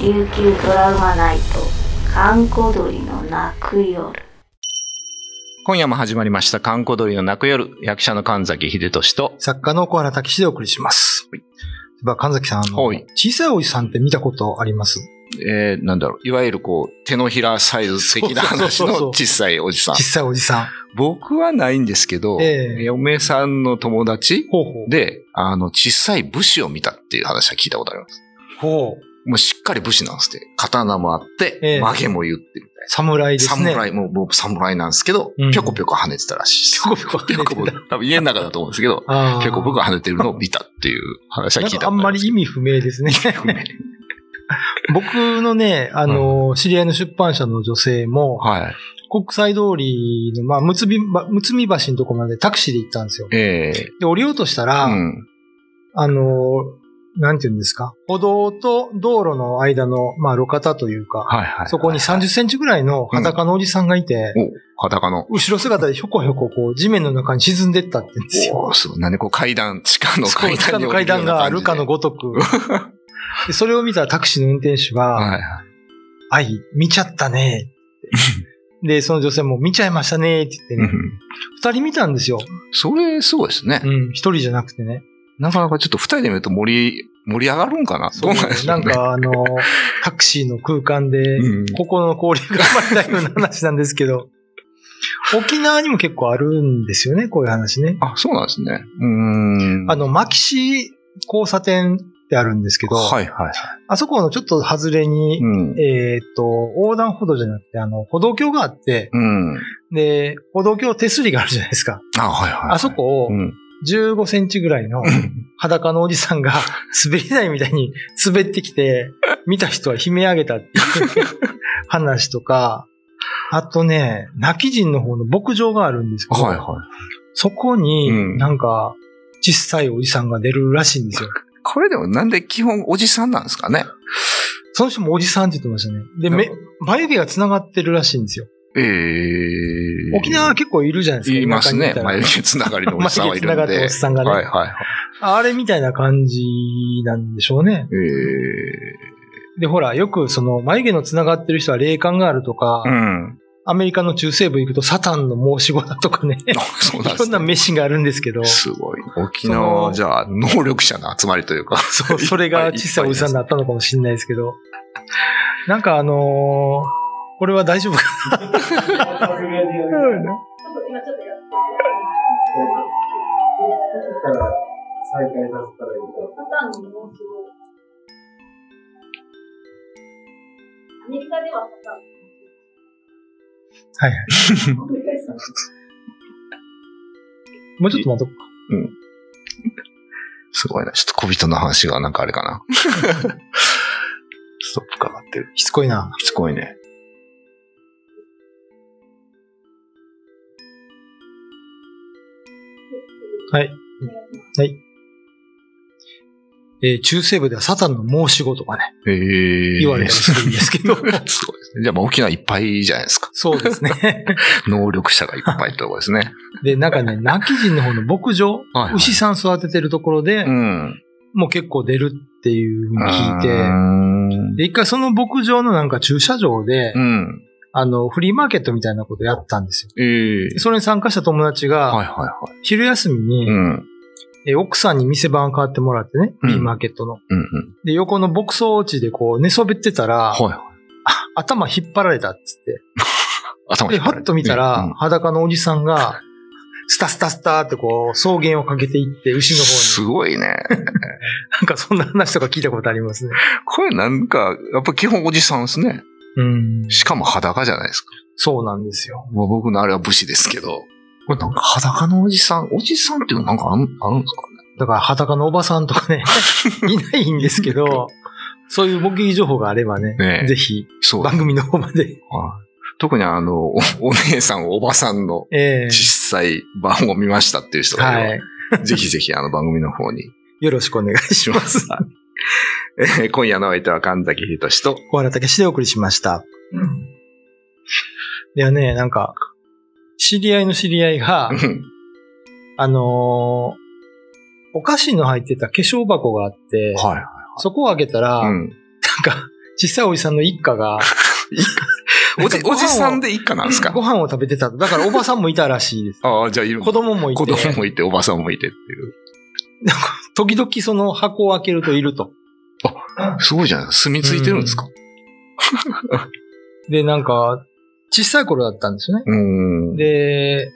琉球ドラマナイト閑古鳥の泣く夜今夜も始まりました、観光鳥の泣く夜、役者の神崎秀俊と、作家の小原武史でお送りします。はいでは、神崎さん、あのはい小さいおじさんって見たことありますえー、なんだろう、いわゆるこう、手のひらサイズ的な話そうそうそうそうの小さいおじさん小。さいおじさん。僕はないんですけど、ええ嫁さんの友達ほうほう。で、あの、小さい武士を見たっていう話は聞いたことあります。ほう。もうしっかり武士なんですって。刀もあって、ええ曲げも言ってみたいな。侍ですね。侍、もうもう侍なんですけど、うんぴょこぴょこ跳ねてたらしいピョコピョコぴょこ跳ねてた。多分家の中だと思うんですけど、あぴょこぴょこは跳ねてるのを見たっていう話は聞いたことあんまり意味不明ですね。不明。 僕のね、あの、知り合いの出版社の女性も、はい。国際通りの、まあ、むつび、ばむつみ橋のとこまでタクシーで行ったんですよ。ええで、降りようとしたら、うん。あの、なんて言うんですか。歩道と道路の間の、まあ、路肩というか、はいはい。そこに30センチぐらいの裸のおじさんがいて、お、裸の。後ろ姿でひょこひょここう地面の中に沈んでったって言うんですよ。おーすごい。なんでこう階段、地下のそう階地下段にの降り階るよう段な感じでがあるかのごとく。 でそれを見たタクシーの運転手が、はいはい。はい、見ちゃったね って。で、その女性も見ちゃいましたねって言ってうね、ん二、人見たんですよ。それ、そうですねう。ん、一人じゃなくてね。なかなかちょっと二人で見ると盛り、盛り上がるんかなどうなんでしょなうんね。かあの、タクシーの空間でうん、心の交流が生まれたような話なんですけど、沖縄にも結構あるんですよね、こういう話ね。あ、そうなんですね。うーん。あの、牧師交差点ってあるんですけど、はいはい。あそこのちょっと外れに、うん。えーっと、横断歩道じゃなくて、あの、歩道橋があって、うん。で、歩道橋手すりがあるじゃないですか。あ、はいはい。あそこをうん。 15センチぐら いの裸のおじさんが滑り台みたいに滑ってきて、見た人は悲鳴上げ たっていう話とか、あとね、泣き人の方の牧場があるんですけど、はいはい。そこうんになんか小さいおじさんが出るらしいんですよ。これでもなんで基本おじさんなんですかねその人もおじさんって言ってましたね。で、なんめか眉毛が繋がってるらしいんですよ。ええ沖縄は結構いるじゃないですか。いますね田。舎に眉い毛つながりたらのおじさんは眉毛い繋るんがってるおでじ。さんがね、はいはい。あれみたいな感じなんでしょうね。えで、ほら、よくその眉毛の繋がってる人は霊感があるとか、えうん。アメリカの中西部行くとサタンの申し子だとかね、あそうなんいでろすんなね。名詞があるんですけど、すごい。沖縄はじゃあ、能力者の集まりというか。そうそれが小さいおじさんだったのかもしれないですけど、なんかあのーこれは大丈夫かなアメリカではさ、はいはい。もうちょっと待っとこすごいな。ちょっと小人の話がなんかあれか な。ストップかかってる。う。しつこいな。しつこいね。はい。はい。えー中西部ではサタンの申し子とかね、ええ言われたりするんですけ ど。すごいですね。じゃあ、まあ、沖縄いっぱいじゃないですか。そうですね。能力者がいっぱいってとこです ね。で、なんかね、泣き人の方の牧場、はいはい牛さん育ててるところで、うん。もう結構出るっていうふうに聞いて、うで、一回その牧場のなんか駐車場で、ーん。うん。あの、フリーマーケットみたいなことやったんですよ。ええでそれに参加した友達はいが、はいはい。昼休みに、うん。うんえ奥さんに店番買ってもらってね、うんフリーマーケットの。うん。で、横の牧草地でこう寝そべってたら、はいはい。あ頭引っ張られたっつって。頭で、引っ張はられってと見たうんら、裸のおじさんが、スタスタスタってこう、草原をかけていって、牛のす方に。ごいね。 なんかそんな話とか聞いたことありますね。これなんか、やっぱ基本おじさんですね。うん。しかも裸じゃないですか。そうなんですよ。まあ、僕のあれは武士ですけど。これなんか裸のおじさん、おじさんっていうのなんかあんあるんですかねだから裸のおばさんとかね、 いないんですけど、そういう目撃情報があればね、ねえぜひそう。番組の方まで、はい特にあの、お お姉さん、おばさんのええ実際版を見ましたっていう人がいればは い、ぜひぜひあの番組の方によろしくお願いししまます す。。はいえー今夜のお相手は神崎秀俊と、小原武史でお送りしました。いやね、なんか、知り合いの知り合いが、あのーお菓子の入ってた化粧箱があって、はい。そこを開けたら、うなんん。か、小さいおじさんの一家が、おじ、おじさんで一家なんですかご飯を食べてたと。だからおばさんもいたらし いです。ああ、じゃあいる子供もいて子、供もいて、おばさんもいてっていう。時々その箱を開けるといると。すごいじゃないですか。住み着いてるんですかで、なんか、小さい頃だったんですよね。うん。で、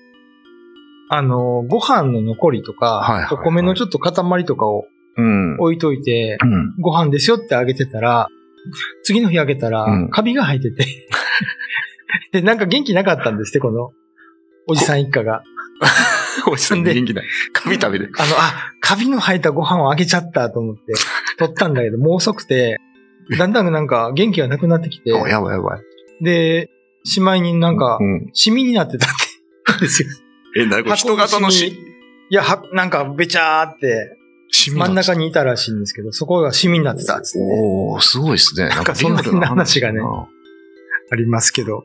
あの、ご飯の残りとか、はいはいはいお米のちょっと塊とかをうん。置いといて、うん。ご飯ですよってあげてたら、次の日あげたらうん、カビが生えてて、 で、なんか元気なかったんですって、この、おじさん一家が。おじさんで元気ない。髪食べて。あの、あ、カビの生えたご飯をあげちゃったと思って、取ったんだけど、もう遅くて、だんだんなんか元気がなくなってきて、あやばいやばい。で、しまいになんかう、ん。シミになってたって、ですよ。え、なにこれ人型の箱し、にいや、は、なんか、べちゃーって、シミ真なんんです中にいたらしいんですけど、そこがシミになってたっつってねおおすごいですね。なんかそんな話がリアねルな話ありますけど。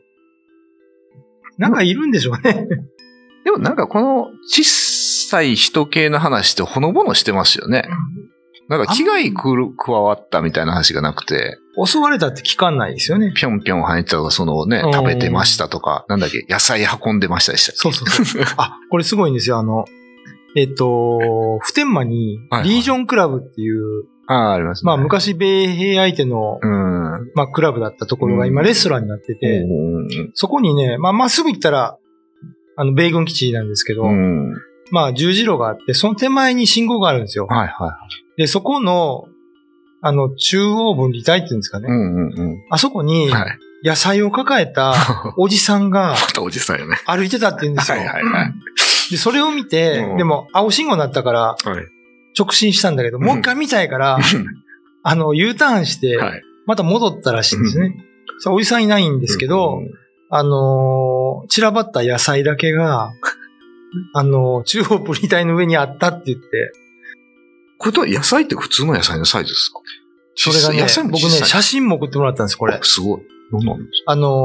なんかいるんでしょうね。でもなんかこの小さい人系の話ってほのぼのしてますよね。なんか危害くる加わったみたいな話がなくて、襲われたって聞かないですよね。ぴょんぴょん跳ねてたとか、そのねう、ん食べてましたとか、なんだっけ、野菜運んでましたでしたっけそうそうそう。あ、これすごいんですよ。あの、えっと、普天間にはい、はいリージョンクラブっていう、ああ、ありますね。まあ、昔米兵相手の、うん。まあクラブだったところがう今んレストランになってて、うそこにね、まあまっすぐ行ったら、あの、米軍基地なんですけど、ん。うん。はいまあ十字路があって、その手前に信号があるんですよ。はいはで、そこの、あの、中央分離帯っていうんですかね。い。うんうんうあそこにん。、 はい。野菜を抱えたおじさんがまたおじさんよね。歩いてたって言うんですよ。はいはいはい。で、それを見て、うんでも、青信号になったからはい、直進したんだけど、うんもう一回見たいから、あの、U ターンして、はい。また戻ったらしいんですね。そしたらおじさんいないんですけど、あのー散らばった野菜だけが、あのー中央分離帯の上にあったって言って、これと野菜って普通の野菜のサイズですかそれがね野菜、も僕小ね、さい写真も送ってもらったんです、これあ。すごい。どうなんですあのー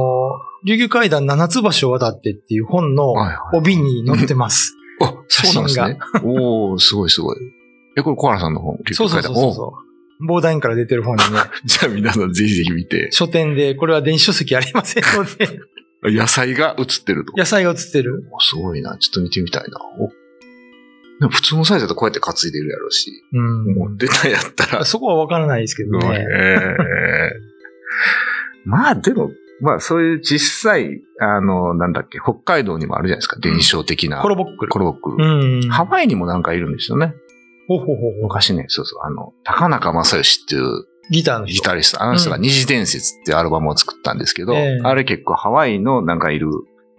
琉球階段七つ橋を渡ってっていう本のかはいはい。帯に載ってます。あ、そうなんですね。おおすごいすごい。え、これ小原さんの本、そうそうそうそうおそう。防弾院から出てる本にね、じゃあ皆さんぜひぜひ見て、書店で、これは電子書籍ありませんので、 野菜が映ってると。野菜が写ってる。おすごいな。ちょっと見てみたいな。おでも普通のサイズだとこうやって担いでるやろうし、う持ってたやったらん。、そこはわからないですけどね。えー まあでも、まあそういう実際、あの、なんだっけ、北海道にもあるじゃないですか、伝承的な。コロボックル。コロボックルうん。ハワイにもなんかいるんですよね。ほうほうほうほう昔ね、そうそう、あの、高中正義っていうギターのギ人。タリスト、あの人がうん二次伝説っていうアルバムを作ったんですけど、ええあれ結構ハワイのなんかいる、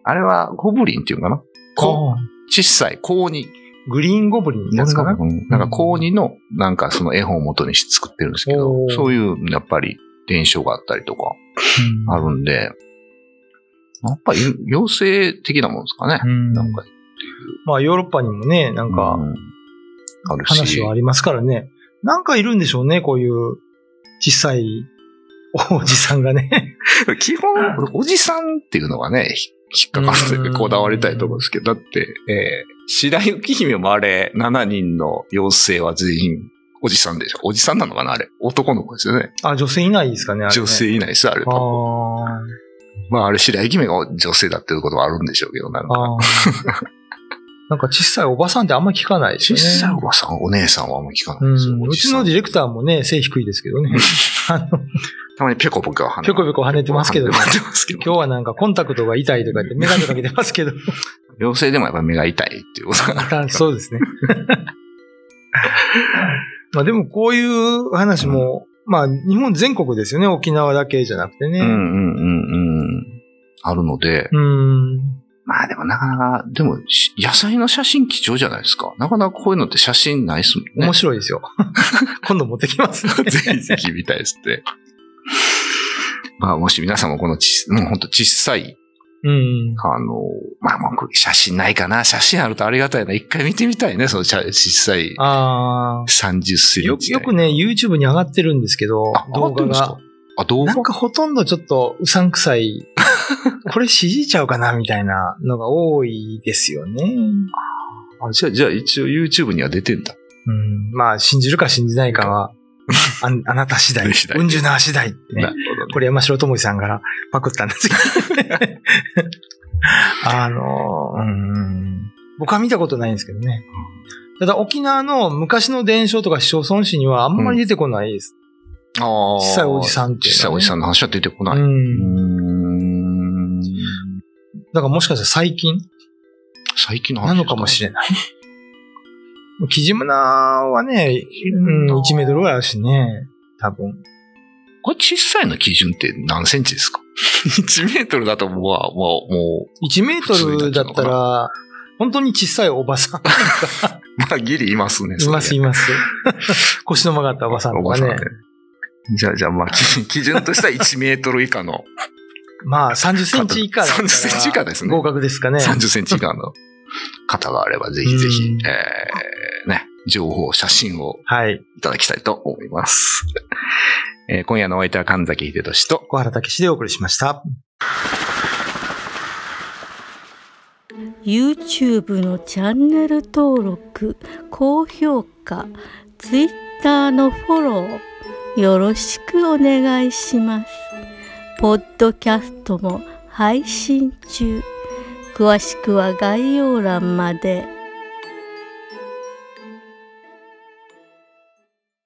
あれはゴブリンっていうのかなこああ小さい高二グリーンゴブリンでなんすかなか、うんなんか高二の、なんかその絵本を元にして作ってるんですけどお、ーそういう、やっぱり、伝承があったりとか、あるんで、やっぱり、妖精的なもんですかねう。んなんか、まあヨーロッパにもね、なんうかんあるし。話はありますからね。なんかいるんでしょうね、こういう小さいおじさんが ね。基本、おじさんっていうのがね、ひ引っかかるといううんか、こだわりたいところですけど、だって、えー白雪姫もあれ、7人の妖精は全員、おじさんでしょ。おじさんなのかなあれ。男の子ですよね。あ、女性いないですかね、あれね女性いないですよ、あれあ多分。まあ、あれ、白雪姫が女性だっていうことはあるんでしょうけど、なんあ。か。 ああ。なんか小さいおばさんってあんま聞かないです小よね。さいおばさん、お姉さんはあんま聞かなういですよ。ん、おうじちさんのディレクターもね、背低いですけどね。あのたまにぴょこぴょこ跳ねぴょこぴょこ跳ねてますけどねぴょこ ぴょこ跳ねてますけど今日はなんかコンタクトが痛いとか言ってメガネかけてますけど。妖精でもやっぱ目が痛いっていうことがある。 そうですね。 まあでもこういう話も、まあ日本全国ですよね。沖縄だけじゃなくうてんうね。んうんうん。あるので、うん。まあでもなかなか、でもし野菜の写真貴重じゃないですか。なかなかこういうのって写真ないっすもんね。面白い ですよ。今度持ってき ます、ね。ぜひぜひ見たいですって。まあもし皆さんもこのち、もうほんと小さい、うん。あの、まあもうこれ写真ないかな。写真あるとありがたいな。一回見てみたいね、その写小さいああ。 30センチ。よよくね、YouTube に上がってるんですけどあ、、動動画画がが。。あ、動画なんかほとんどちょっとうさんくさい、 これ CG ちゃうかなみたいなのが多いですよね。あじゃあ、じゃあ一応 YouTube には出てんだ。 うん、まあ信じるか信じないかはああなた次第俺次、第うんじゅな次第ってねな。るほどね。これ山城智司さんからパクったんです けど。あの、うん、僕は見たことないんですけどね。ただ沖縄の昔の伝承とか市町村市にはあんまり出てこないです。ああ。小さいおじさんってい小うのはねさいおじさんの話は出てこなう。い。うんん。だからもしかしたら最近最近の話なのかもしれない。キジムナはね、うん、1メートルぐらいあるしね、多分。これ小さいの基準って何センチですか ?1 メートルだともう、もう、も1メートルだったら、本当に小さいおばさ ん。う、まあギリいますね。います、それ います。腰の曲がったおばさんとおかばさんねね。。じゃあ、じゃあ、まあ、基基準としては1メートル以下の、まあ、30センチ以下だった30ら。センチ以下ですね合格ですかね。 30センチ以下の方があれば、ぜひぜひう、んえー、ね、情報、写真をはい。いただきたいと思います。えー今夜のお相手は神崎秀俊と、小原武史でお送りしました。 YouTube のチャンネル登録高評価 Twitter のフォローよろしくお願いしますポッドキャストも配信中詳しくは概要欄まで。